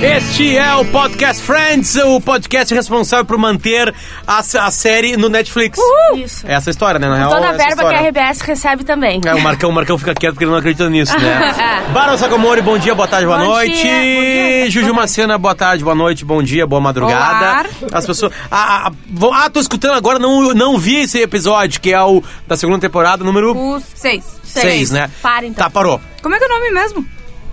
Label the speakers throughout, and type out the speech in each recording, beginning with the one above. Speaker 1: Este é o Podcast Friends, o podcast responsável por manter a, s- a série no Netflix.
Speaker 2: Isso.
Speaker 1: É essa a história, né? Na real,
Speaker 2: Toda a
Speaker 1: essa
Speaker 2: Então, verba que
Speaker 1: história.
Speaker 2: a RBS recebe também.
Speaker 1: É, o Marcão, o Marcão fica quieto porque ele não acredita nisso, né? Barão Sacomori, bom dia, boa tarde, boa
Speaker 2: É. Bom
Speaker 1: noite.
Speaker 2: dia, bom dia.
Speaker 1: Juju Macena, boa tarde, boa noite, bom dia, boa madrugada.
Speaker 2: Olá.
Speaker 1: As pessoas. Ah, ah, ah, vão- ah, tô escutando agora, não, não vi esse episódio, que é o da segunda temporada, número
Speaker 3: Os seis.
Speaker 1: 6, né?
Speaker 2: Para, então.
Speaker 1: Tá, parou.
Speaker 3: Como é que é o nome mesmo?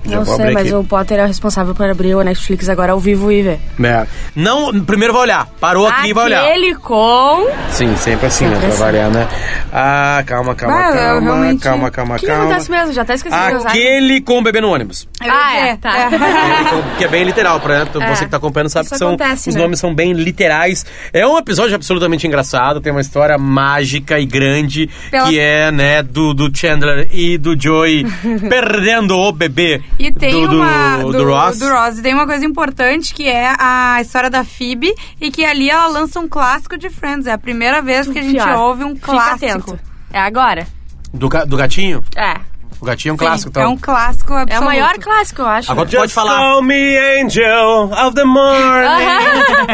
Speaker 1: Já
Speaker 2: Não
Speaker 1: vou
Speaker 2: sei,
Speaker 1: abrir
Speaker 2: mas
Speaker 1: aqui.
Speaker 2: o Potter é o responsável por abrir o Netflix agora ao vivo e ver.
Speaker 4: É,
Speaker 1: Não, primeiro vai olhar. Parou aqui e vai olhar.
Speaker 2: Ele com.
Speaker 4: sim, sempre assim, né?
Speaker 2: Sempre
Speaker 4: Pra
Speaker 2: assim.
Speaker 4: variar, né? Ah, calma, calma,
Speaker 3: Bah, eu
Speaker 4: calma,
Speaker 3: realmente-
Speaker 4: calma, calma,
Speaker 2: Que
Speaker 4: calma.
Speaker 2: acontece mesmo, já tá esquecendo de usar.
Speaker 1: Aquele com o bebê no ônibus.
Speaker 3: Eu ia
Speaker 2: Ah,
Speaker 3: dizer.
Speaker 2: é, tá.
Speaker 1: Aquele com- que é bem literal, pra você que tá acompanhando sabe
Speaker 2: Isso
Speaker 1: que são,
Speaker 2: acontece,
Speaker 1: os
Speaker 2: né?
Speaker 1: nomes são bem literais. É um episódio absolutamente engraçado, tem uma história mágica e grande,
Speaker 3: Pela-
Speaker 1: que é, né, do, do Chandler e do Joey perdendo o bebê
Speaker 3: E tem
Speaker 1: do, do-
Speaker 3: uma.
Speaker 1: do Ross.
Speaker 3: do Ross. E Tem uma coisa importante que é a história da Phoebe e que ali ela lança um clássico de Friends. É a primeira vez que a gente
Speaker 2: Pior.
Speaker 3: ouve um
Speaker 2: Fica
Speaker 3: clássico.
Speaker 2: atento. É agora?
Speaker 1: Do, ga- do gatinho?
Speaker 2: É.
Speaker 1: O gatinho é um clássico, então.
Speaker 3: É um clássico absoluto.
Speaker 2: É o maior clássico, eu acho.
Speaker 1: Agora tu pode
Speaker 4: Just
Speaker 1: falar.
Speaker 4: call me angel of the morning.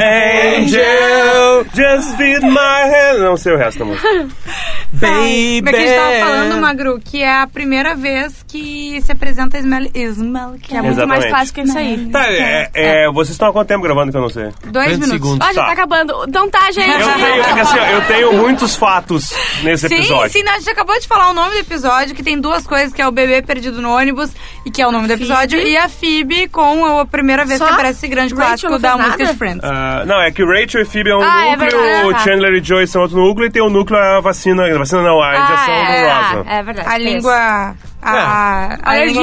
Speaker 4: angel, just feed my hand. Não sei o resto da música.
Speaker 1: Baby.
Speaker 3: Como Tá, é que a gente tava falando, Magru, que é a primeira vez que se apresenta Ismael, Ismael que
Speaker 2: Que é
Speaker 3: é
Speaker 2: muito mais
Speaker 4: Exatamente.
Speaker 2: clássico que isso aí.
Speaker 4: Tá, é, é, vocês estão há quanto tempo gravando que eu não sei?
Speaker 3: dois
Speaker 1: 30
Speaker 3: minutos.
Speaker 1: É. segundos.
Speaker 2: Ó, já tá
Speaker 4: Tá.
Speaker 2: acabando. Então tá, gente.
Speaker 4: Eu tenho, é que assim, ó, eu tenho muitos fatos nesse
Speaker 3: Sim,
Speaker 4: episódio.
Speaker 3: sim, a gente acabou de falar o nome do episódio, que tem duas coisas, que é o bebê perdido no ônibus, e que é o nome do episódio,
Speaker 2: Phoebe.
Speaker 3: e a Phoebe com a primeira vez
Speaker 2: Só?
Speaker 3: que aparece esse grande
Speaker 2: Rachel
Speaker 3: clássico
Speaker 2: não
Speaker 3: da
Speaker 2: fez
Speaker 3: música
Speaker 2: nada?
Speaker 3: de Friends.
Speaker 4: Ah, não, é que Rachel e Phoebe é um
Speaker 2: Ah, é
Speaker 4: núcleo,
Speaker 2: verdade,
Speaker 4: o
Speaker 2: tá.
Speaker 4: Chandler e Joey são outro núcleo, e tem o núcleo é a vacina, a vacina não, a injeção do Rosa.
Speaker 2: Ah, é, é verdade.
Speaker 3: a língua... A, a, língua-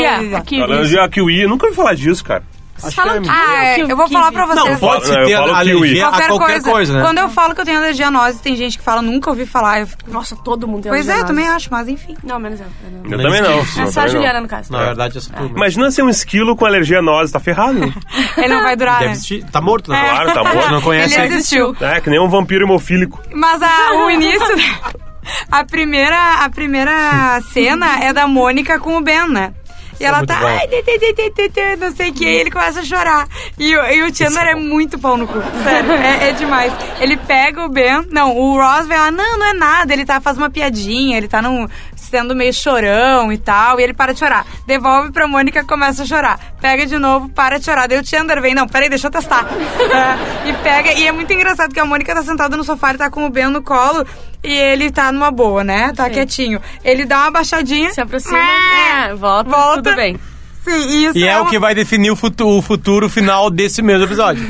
Speaker 2: Alergia. Aqui.
Speaker 4: Alergia a kiwi, nunca ouvi falar disso, cara.
Speaker 1: Acho
Speaker 2: Falam
Speaker 1: que é-
Speaker 2: que-
Speaker 3: Ah, é,
Speaker 2: que-
Speaker 3: eu vou
Speaker 2: que-
Speaker 3: falar pra vocês.
Speaker 1: Não, pode se
Speaker 4: Eu
Speaker 1: ter
Speaker 4: falo kiwi.
Speaker 1: alergia a qualquer coisa, né?
Speaker 3: Quando eu falo que eu tenho alergia a nozes, tem gente que fala, nunca ouvi falar. Eu fico,
Speaker 2: Nossa, todo mundo tem
Speaker 3: pois é, eu
Speaker 2: alergia a
Speaker 3: também
Speaker 2: nozes.
Speaker 3: acho, mas enfim.
Speaker 2: Não, menos eu. eu não.
Speaker 4: Eu também não.
Speaker 1: existe.
Speaker 2: É
Speaker 4: eu
Speaker 2: só a
Speaker 4: também não.
Speaker 2: Juliana, no caso.
Speaker 1: Na verdade, é eu sou tu, mas-
Speaker 4: Imagina ser um esquilo com alergia a nozes, tá ferrado.
Speaker 3: Ele não vai durar,
Speaker 1: Deve
Speaker 3: né?
Speaker 1: existir. Tá morto, né?
Speaker 4: Claro, tá
Speaker 1: Tu
Speaker 4: morto.
Speaker 1: não conhece
Speaker 3: É. Ele
Speaker 1: ele.
Speaker 3: existiu.
Speaker 4: É, que nem um vampiro hemofílico.
Speaker 3: Mas a- o início. A primeira, a primeira cena é da Mônica com o Ben, né? E ela
Speaker 1: é muito
Speaker 3: tá.
Speaker 1: bom.
Speaker 3: Ai, tê, tê, tê, tê, tê, tê", não sei o que, e ele começa a chorar. E, o- e o Chandler é muito pau no cu. Sério, é, é demais. Ele pega o Ben. Não, o Ross vai lá, não, não é nada. Ele tá, faz uma piadinha, ele tá num, sendo meio chorão e tal. E ele para de chorar. Devolve pra Mônica começa a chorar. Pega de novo, para de chorar. Daí o Chandler vem, não, peraí, deixa eu testar. É, e pega, e é muito engraçado que a Mônica tá sentada no sofá, ele tá com o Ben no colo e ele tá numa boa, né? Tá quietinho. Ele dá uma baixadinha.
Speaker 2: Se aproxima.
Speaker 3: Ah,
Speaker 2: É, volta,
Speaker 3: Volta.
Speaker 2: Tudo bem.
Speaker 3: Sim, e isso
Speaker 1: E é,
Speaker 3: é
Speaker 1: o
Speaker 3: uma-
Speaker 1: que vai definir o futuro, o futuro final desse mesmo episódio.
Speaker 4: É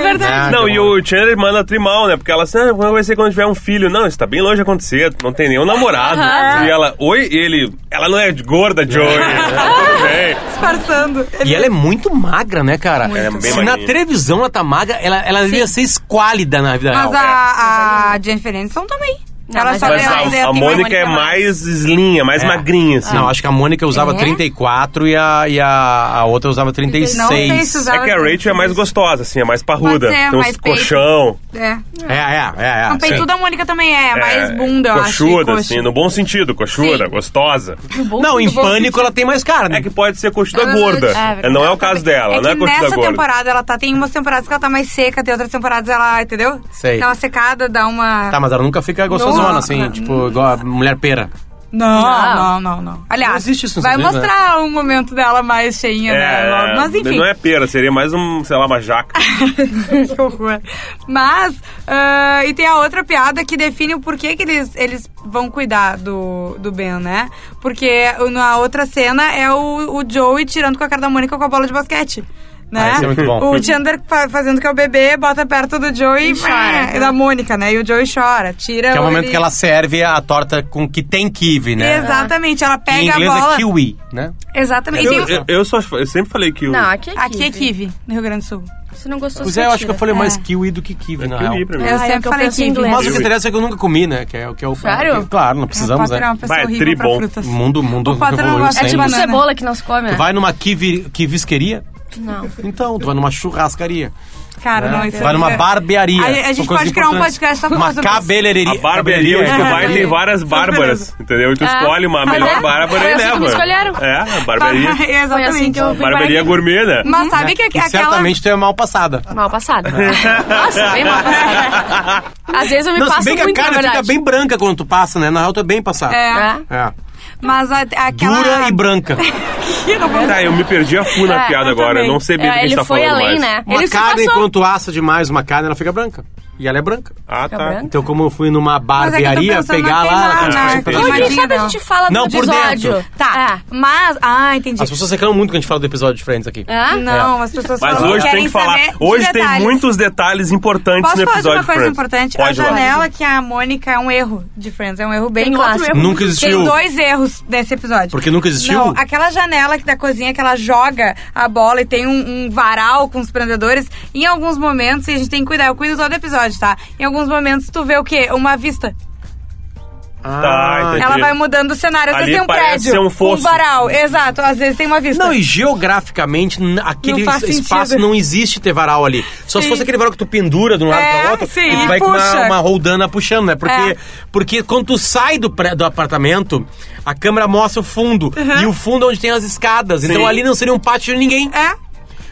Speaker 3: É verdade.
Speaker 1: Ah,
Speaker 4: Não,
Speaker 1: que
Speaker 4: e
Speaker 1: bom.
Speaker 4: o Chandler manda trimal, né? Porque ela assim, ah, vai ser quando tiver um filho. Não, isso tá bem longe de acontecer, tu não tem nenhum namorado. E ela, oi, E ele, ela não é de gorda, Joey. Tudo bem.
Speaker 3: disfarçando.
Speaker 1: E ela é muito magra, né, cara?
Speaker 4: Ela é bem
Speaker 1: Se na
Speaker 4: magrinha.
Speaker 1: televisão ela tá magra, ela, ela devia ser esquálida na vida
Speaker 3: Mas
Speaker 1: real.
Speaker 4: é.
Speaker 3: a, a Jennifer Aniston também.
Speaker 2: Não,
Speaker 3: ela
Speaker 2: mas
Speaker 3: só
Speaker 2: ela-
Speaker 4: Mas
Speaker 3: ela Tá ainda
Speaker 4: a, a
Speaker 3: tem
Speaker 4: Mônica é mais slinha, mais
Speaker 1: É.
Speaker 4: magrinha, assim.
Speaker 1: Não, acho que a Mônica usava 34 e a, e a, a outra usava 36.
Speaker 3: É? Não sei se usava.
Speaker 4: É que a Rachel é mais gostosa, assim, é mais parruda.
Speaker 3: Pode ser,
Speaker 4: tem uns
Speaker 3: mais peito.
Speaker 4: colchão.
Speaker 3: É.
Speaker 1: É, é, é. é
Speaker 3: O um peito
Speaker 1: sim.
Speaker 3: da Mônica também é, mais bunda, eu acho. e
Speaker 4: Coxuda,
Speaker 3: coxa.
Speaker 4: assim, no bom sentido, coxuda, gostosa.
Speaker 2: Um
Speaker 1: Não, em pânico ela tem mais cara, né?
Speaker 4: É que pode ser coxuda
Speaker 3: Ah,
Speaker 4: gorda.
Speaker 3: é
Speaker 2: verdade.
Speaker 4: não é o caso dela,
Speaker 3: é
Speaker 4: não é
Speaker 3: que
Speaker 4: coxuda
Speaker 3: nessa
Speaker 4: gorda.
Speaker 3: temporada ela tá. Tem umas temporadas que ela tá mais seca, tem outras temporadas ela, entendeu?
Speaker 1: Sei.
Speaker 3: Dá uma secada, dá uma.
Speaker 1: Tá, mas ela nunca fica gostosona,
Speaker 3: Não.
Speaker 1: assim, tipo, igual a mulher pera.
Speaker 3: Não,
Speaker 2: Não.
Speaker 3: não, não, não. Aliás,
Speaker 1: Não existe isso né? nos
Speaker 3: vai
Speaker 1: Estados Unidos,
Speaker 3: mostrar um momento dela mais cheinha, né?
Speaker 4: É,
Speaker 3: Mas enfim.
Speaker 4: Não é pera, seria mais um, sei lá, uma jaca.
Speaker 3: que horror. Mas, ah, e tem a outra piada que define o porquê que eles, eles vão cuidar do, do Ben, né? Porque na outra cena é o, o Joey tirando com a cara da Mônica com a bola de basquete. Né?
Speaker 1: Ah, isso é muito bom.
Speaker 3: O Chandler fa- fazendo que é o bebê, bota perto do Joey e
Speaker 2: chora. então.
Speaker 3: da Mônica, né? E o Joey chora, tira.
Speaker 1: Que é o momento
Speaker 3: ele-
Speaker 1: que ela serve a torta com que tem kiwi, né?
Speaker 3: Exatamente, ela
Speaker 1: Que Em
Speaker 3: pega a
Speaker 1: inglês
Speaker 3: bola.
Speaker 1: é kiwi, né?
Speaker 3: Exatamente. E
Speaker 4: Eu,
Speaker 3: tem o-
Speaker 4: eu, eu só, eu sempre falei que o.
Speaker 2: Não, aqui é
Speaker 3: Aqui é
Speaker 2: kiwi.
Speaker 3: Kiwi, no Rio Grande do Sul.
Speaker 2: Se não gostou,
Speaker 1: Pois
Speaker 2: você
Speaker 1: é, eu acho que eu
Speaker 2: tira.
Speaker 1: falei mais
Speaker 3: É.
Speaker 1: kiwi do que kiwi, na
Speaker 4: é
Speaker 1: real.
Speaker 4: kiwi pra mim.
Speaker 3: Eu
Speaker 2: Ah, é
Speaker 3: sempre
Speaker 2: que eu
Speaker 3: falei
Speaker 2: penso em
Speaker 3: Kiwi.
Speaker 2: inglês.
Speaker 1: Mas o que
Speaker 4: Kiwi.
Speaker 1: interessa é que eu nunca comi, né? Que é o que eu
Speaker 2: Sério?
Speaker 1: Claro, não
Speaker 3: O
Speaker 1: precisamos,
Speaker 3: Potter é
Speaker 1: né?
Speaker 3: uma pessoa
Speaker 4: Vai, é
Speaker 3: horrível pra
Speaker 4: tribom.
Speaker 3: frutas.
Speaker 1: O mundo, o mundo
Speaker 3: O Potter não
Speaker 1: evoluiu
Speaker 3: gosta de
Speaker 2: É
Speaker 1: sempre.
Speaker 2: tipo
Speaker 3: banana.
Speaker 2: cebola que não se come,
Speaker 1: Tu
Speaker 2: né?
Speaker 1: vai numa kiwi, kivisqueria,
Speaker 2: Não.
Speaker 1: Então, tu vai numa churrascaria.
Speaker 3: Cara, não, isso
Speaker 1: Né? vai
Speaker 3: é-
Speaker 1: numa barbearia.
Speaker 3: A- a gente
Speaker 1: São coisas
Speaker 3: pode criar um
Speaker 1: importantes.
Speaker 3: podcast só pra
Speaker 1: Uma
Speaker 3: fazer isso.
Speaker 1: cabeleireria.
Speaker 4: A barbearia onde tu
Speaker 1: é.
Speaker 4: vai tem várias bárbaras, entendeu? E
Speaker 3: É.
Speaker 4: tu escolhe uma
Speaker 2: mas
Speaker 4: melhor
Speaker 2: é.
Speaker 4: bárbara
Speaker 2: Foi
Speaker 4: e
Speaker 2: assim que
Speaker 4: leva.
Speaker 2: me escolheram.
Speaker 4: É, a barbearia.
Speaker 3: É,
Speaker 2: Foi assim que eu fui
Speaker 4: Barbearia
Speaker 2: para
Speaker 4: gourmet, né?
Speaker 2: Uhum.
Speaker 3: Mas sabe que
Speaker 1: É, E
Speaker 3: aquela...
Speaker 1: certamente tu é mal passada.
Speaker 2: aqui. Mal passada. Nossa, bem mal passada. Às vezes eu me
Speaker 1: Não, se
Speaker 2: passo
Speaker 1: bem que a
Speaker 2: muito, na
Speaker 1: cara
Speaker 2: verdade.
Speaker 1: fica bem branca quando tu passa, né? Na real, tu é bem passada.
Speaker 3: É,
Speaker 2: É.
Speaker 1: É.
Speaker 3: mas a- aquela...
Speaker 1: Dura e branca.
Speaker 4: Tá, eu me perdi a fu na
Speaker 2: É,
Speaker 4: piada
Speaker 3: eu
Speaker 4: agora.
Speaker 3: também.
Speaker 4: Eu não sei bem do que
Speaker 2: É,
Speaker 4: a gente
Speaker 2: ele
Speaker 4: tá
Speaker 2: foi
Speaker 4: falando
Speaker 2: além,
Speaker 4: mais.
Speaker 2: né?
Speaker 1: Uma
Speaker 2: ele se
Speaker 1: carne,
Speaker 2: passou.
Speaker 1: quando tu assa demais uma carne, ela fica branca. E ela é branca.
Speaker 4: Ah,
Speaker 2: Fica
Speaker 4: tá.
Speaker 2: branco.
Speaker 1: Então, como eu fui numa
Speaker 3: Mas é que eu tô
Speaker 1: barbearia
Speaker 3: pensando
Speaker 1: pegar
Speaker 3: na
Speaker 1: lá.
Speaker 3: queimada,
Speaker 1: as
Speaker 4: né?
Speaker 1: pessoas-
Speaker 2: Hoje,
Speaker 3: Imagina,
Speaker 2: sabe, a
Speaker 3: não.
Speaker 2: gente fala
Speaker 1: Não,
Speaker 2: do
Speaker 1: por
Speaker 2: episódio.
Speaker 1: dentro.
Speaker 3: Tá,
Speaker 2: É.
Speaker 3: mas... Ah, entendi.
Speaker 1: As pessoas reclamam muito quando a gente fala do episódio de Friends aqui.
Speaker 2: É. Hã?
Speaker 3: Não, as pessoas
Speaker 4: Mas
Speaker 3: falam
Speaker 4: hoje tem
Speaker 3: querem
Speaker 4: que falar.
Speaker 3: saber de
Speaker 4: Hoje tem
Speaker 3: detalhes.
Speaker 4: muitos detalhes importantes
Speaker 3: Posso
Speaker 4: no
Speaker 3: falar de
Speaker 4: episódio
Speaker 3: uma coisa
Speaker 4: Friends.
Speaker 3: importante?
Speaker 4: Pode
Speaker 3: a
Speaker 4: lá.
Speaker 3: janela que a Mônica é um erro de Friends. É um erro bem
Speaker 2: Tem
Speaker 3: outro
Speaker 2: clássico.
Speaker 3: erro.
Speaker 1: Nunca existiu.
Speaker 3: Tem dois erros nesse episódio.
Speaker 1: Porque nunca existiu?
Speaker 3: Não, aquela janela que da cozinha que ela joga a bola e tem um, um varal com os prendedores. Em alguns momentos, e a gente tem que cuidar, eu cuido todo episódio, tá? Em alguns momentos tu vê o quê? Uma vista.
Speaker 1: Ah,
Speaker 4: Tá, entendi.
Speaker 3: Ela vai mudando o cenário. Às
Speaker 4: Ali
Speaker 3: vezes tem um
Speaker 4: parece
Speaker 3: prédio,
Speaker 4: ser um fosso.
Speaker 3: varal. Exato, às vezes tem uma vista.
Speaker 1: Não, e geograficamente, n- aquele
Speaker 3: faz
Speaker 1: espaço
Speaker 3: sentido.
Speaker 1: não existe ter varal ali. Só se
Speaker 3: Sim.
Speaker 1: fosse aquele varal que tu pendura de um lado
Speaker 3: É,
Speaker 1: para outro,
Speaker 3: sim,
Speaker 1: e tu
Speaker 3: e
Speaker 1: vai com uma,
Speaker 3: puxa.
Speaker 1: uma roldana puxando, né? Porque,
Speaker 3: É.
Speaker 1: porque quando tu sai do, pré, do apartamento, a câmera mostra o fundo.
Speaker 3: Uhum.
Speaker 1: E o fundo é onde tem as escadas. Então ali não seria um pátio de ninguém.
Speaker 3: É?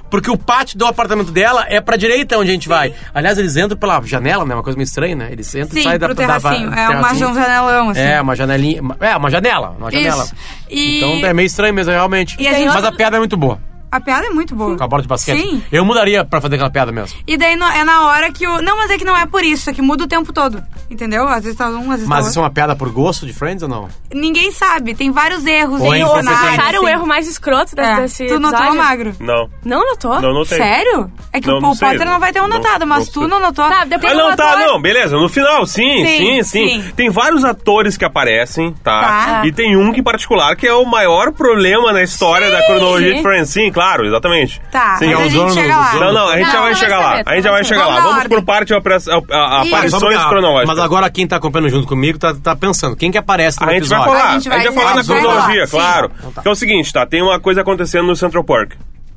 Speaker 1: Porque o pátio do apartamento dela é pra direita onde a gente vai. Aliás, eles entram pela janela, né? Uma coisa meio estranha, né? Eles entram e
Speaker 3: Sim,
Speaker 1: saem da,
Speaker 3: pro
Speaker 1: da va-
Speaker 3: terracinho. é uma
Speaker 1: terracinho.
Speaker 3: um janelão, assim.
Speaker 1: É, uma janelinha. uma- É, uma janela. Uma janela.
Speaker 3: Isso. E-
Speaker 1: Então é meio estranho mesmo, realmente.
Speaker 3: E a gente-
Speaker 1: Mas a piada é muito boa.
Speaker 3: A piada é muito boa.
Speaker 1: Com a bola de basquete.
Speaker 3: Sim.
Speaker 1: Eu mudaria pra fazer aquela piada mesmo.
Speaker 3: E daí no- é na hora que o. Não, mas é que não é por isso, é que muda o tempo todo. Entendeu? Às vezes tá um, às vezes
Speaker 1: Mas
Speaker 3: tá
Speaker 1: isso um- é uma piada por gosto de Friends ou não?
Speaker 3: outro. Ninguém sabe, tem vários erros
Speaker 1: Ou
Speaker 3: em
Speaker 1: é
Speaker 2: Vocês
Speaker 1: Sim.
Speaker 2: notaram
Speaker 3: cenário,
Speaker 2: o
Speaker 3: assim.
Speaker 2: erro mais escroto desse,
Speaker 3: É.
Speaker 2: desse
Speaker 3: Tu notou
Speaker 2: episódio?
Speaker 3: o magro?
Speaker 4: Não.
Speaker 2: Não notou?
Speaker 4: Não, não tem.
Speaker 3: Sério? É que
Speaker 4: Não,
Speaker 3: o
Speaker 4: não
Speaker 3: Paul
Speaker 4: sei.
Speaker 3: Potter não vai ter um
Speaker 4: Não-
Speaker 3: notado, mas
Speaker 4: não
Speaker 3: tu
Speaker 4: sei.
Speaker 3: não notou.
Speaker 2: Tá, depois
Speaker 4: Mas
Speaker 2: do
Speaker 4: não tá,
Speaker 2: ator-
Speaker 4: não, beleza. No final, sim, sim, sim.
Speaker 3: um Sim, sim.
Speaker 4: Tem vários atores que aparecem, tá?
Speaker 3: Tá.
Speaker 4: E tem um que em particular que é o maior problema na história da cronologia de Friends. Sim, claro, exatamente.
Speaker 3: Tá,
Speaker 4: Sim, um
Speaker 1: é
Speaker 3: mas
Speaker 1: o
Speaker 3: a
Speaker 1: dono
Speaker 3: gente
Speaker 1: do-
Speaker 3: chega lá.
Speaker 1: do-
Speaker 4: Não, não, a gente
Speaker 2: Não,
Speaker 4: já vai
Speaker 2: não
Speaker 4: chegar
Speaker 2: vai
Speaker 4: lá.
Speaker 2: saber,
Speaker 4: a gente já vai
Speaker 2: vamos
Speaker 4: chegar
Speaker 3: saber. tá
Speaker 4: lá.
Speaker 3: Vamos
Speaker 4: Vamos
Speaker 3: na
Speaker 4: por
Speaker 3: ordem.
Speaker 4: parte a, a, a
Speaker 3: Isso.
Speaker 1: Só
Speaker 4: aparições
Speaker 1: pra-
Speaker 4: cronológicas.
Speaker 1: Mas agora quem tá acompanhando junto comigo tá, tá pensando. Quem que aparece no
Speaker 4: A gente vai
Speaker 1: episódio?
Speaker 4: falar,
Speaker 3: A
Speaker 4: a
Speaker 3: gente
Speaker 4: gente
Speaker 3: vai-
Speaker 4: vai falar
Speaker 3: a
Speaker 4: na
Speaker 3: gente vai
Speaker 4: cronologia,
Speaker 3: falar, sim.
Speaker 4: claro.
Speaker 1: Então tá.
Speaker 4: Então é o seguinte, tá? Tem uma coisa acontecendo no Central Park.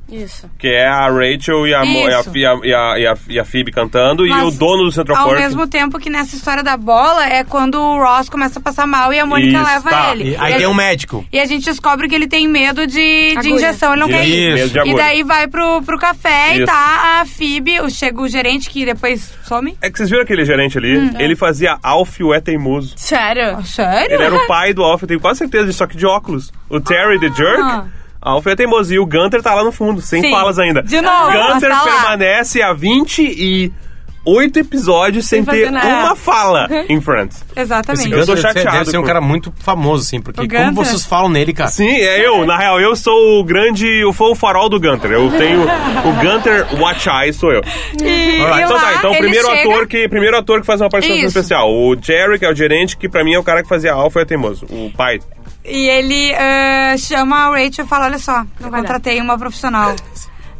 Speaker 2: Isso.
Speaker 4: Que é a Rachel e a, Mo- e a,
Speaker 3: Isso.
Speaker 4: e a, e a, e a- e a Phoebe cantando e
Speaker 3: Mas
Speaker 4: o dono do Central
Speaker 3: Ao
Speaker 4: Park.
Speaker 3: mesmo tempo que nessa história da bola é quando o Ross começa a passar mal e a Mônica
Speaker 4: Isso,
Speaker 3: leva
Speaker 4: tá.
Speaker 3: ele.
Speaker 1: E- aí
Speaker 3: E a
Speaker 1: tem um
Speaker 3: gente-
Speaker 1: médico.
Speaker 3: E a gente descobre que ele tem medo de, de
Speaker 2: Agulha.
Speaker 3: injeção, ele não quer ir.
Speaker 1: Isso.
Speaker 4: Medo de
Speaker 3: E
Speaker 4: agulha.
Speaker 3: daí vai pro, pro café
Speaker 4: Isso.
Speaker 3: e tá a Fib, o, chega o gerente que depois some.
Speaker 4: É que vocês viram aquele gerente ali?
Speaker 3: Hum.
Speaker 4: Ele fazia Alf o É Teimoso.
Speaker 2: Sério?
Speaker 3: Sério?
Speaker 4: Ele era o pai do Alf, eu tenho quase certeza disso, só que de óculos. O Terry The Jerk. Alf é teimoso e o Gunter tá lá no fundo, sem
Speaker 3: Ah. Sim.
Speaker 4: falas ainda.
Speaker 3: De novo, mas
Speaker 4: Gunter
Speaker 3: tá lá.
Speaker 4: permanece há 28 episódios sem,
Speaker 2: Sem
Speaker 4: ter
Speaker 2: fazer nada.
Speaker 4: uma fala em Friends.
Speaker 3: Exatamente.
Speaker 4: Eu tô
Speaker 1: deve ser-
Speaker 4: chateado
Speaker 1: Deve ser um
Speaker 4: com-
Speaker 1: cara muito famoso, assim, porque
Speaker 3: O
Speaker 1: como
Speaker 3: Gunther?
Speaker 1: vocês falam nele, cara?
Speaker 4: Sim, é eu. Na real, eu sou o grande. Eu sou o farol do Gunter. Eu tenho. o Gunter Watch Eye sou eu.
Speaker 3: E, e
Speaker 4: então tá,
Speaker 3: lá
Speaker 4: então
Speaker 3: ele
Speaker 4: primeiro
Speaker 3: chega-
Speaker 4: ator que. Primeiro ator que faz uma participação
Speaker 3: Isso.
Speaker 4: especial. O Jerry, que é o gerente, que pra mim é o cara que fazia Alpha e é teimoso. O pai.
Speaker 3: E ele ah, chama a Rachel e fala: Olha só, eu contratei uma profissional.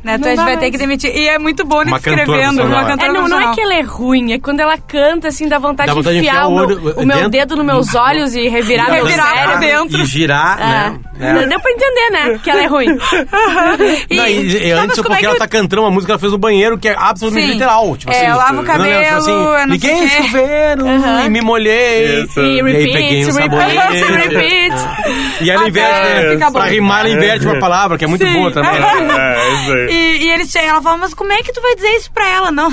Speaker 3: Né, então a
Speaker 2: dá
Speaker 3: gente vai ter
Speaker 2: mais.
Speaker 3: que demitir. E é muito bom ele
Speaker 1: Uma cantora
Speaker 3: descrevendo.
Speaker 1: profissional,
Speaker 3: Uma
Speaker 1: é.
Speaker 2: É,
Speaker 3: cantora
Speaker 2: não, não é
Speaker 3: profissional.
Speaker 2: que ela é ruim, é quando ela canta, assim, dá vontade,
Speaker 1: Dá vontade
Speaker 2: de enfiar, o, meu-
Speaker 1: olho
Speaker 2: o meu
Speaker 1: dentro.
Speaker 2: dedo nos meus olhos e revirar meu
Speaker 3: Revirar pra
Speaker 2: cérebro.
Speaker 3: dentro.
Speaker 1: E girar, né?
Speaker 2: É. Não Deu pra entender, né? Que ela é ruim.
Speaker 3: E-
Speaker 1: Não, e, e
Speaker 3: Tá,
Speaker 1: antes,
Speaker 3: mas como
Speaker 1: porque
Speaker 3: é que
Speaker 1: ela
Speaker 3: eu-
Speaker 1: tá cantando uma música que ela fez no banheiro, que é absolutamente
Speaker 3: Sim.
Speaker 1: literal. Tipo
Speaker 3: É,
Speaker 1: assim,
Speaker 3: eu lavo o
Speaker 1: não, não, tipo assim,
Speaker 3: cabelo, eu não
Speaker 1: liguei
Speaker 3: sei o
Speaker 1: o
Speaker 3: quê."
Speaker 1: chuveiro e me molhei.
Speaker 4: Isso.
Speaker 2: E
Speaker 4: E
Speaker 1: aí
Speaker 2: repeat,
Speaker 1: peguei um sabonete.
Speaker 2: repeat, repeat.
Speaker 1: E
Speaker 3: Ah,
Speaker 1: ela inverte,
Speaker 4: Até
Speaker 1: né?
Speaker 4: ficar
Speaker 1: pra
Speaker 4: bom.
Speaker 1: rimar, ela inverte uma palavra, que é muito
Speaker 3: tá. Sim.
Speaker 1: boa também.
Speaker 4: É, isso aí.
Speaker 3: E, e ele chega, ela fala, mas como é que tu vai dizer isso pra ela? Não,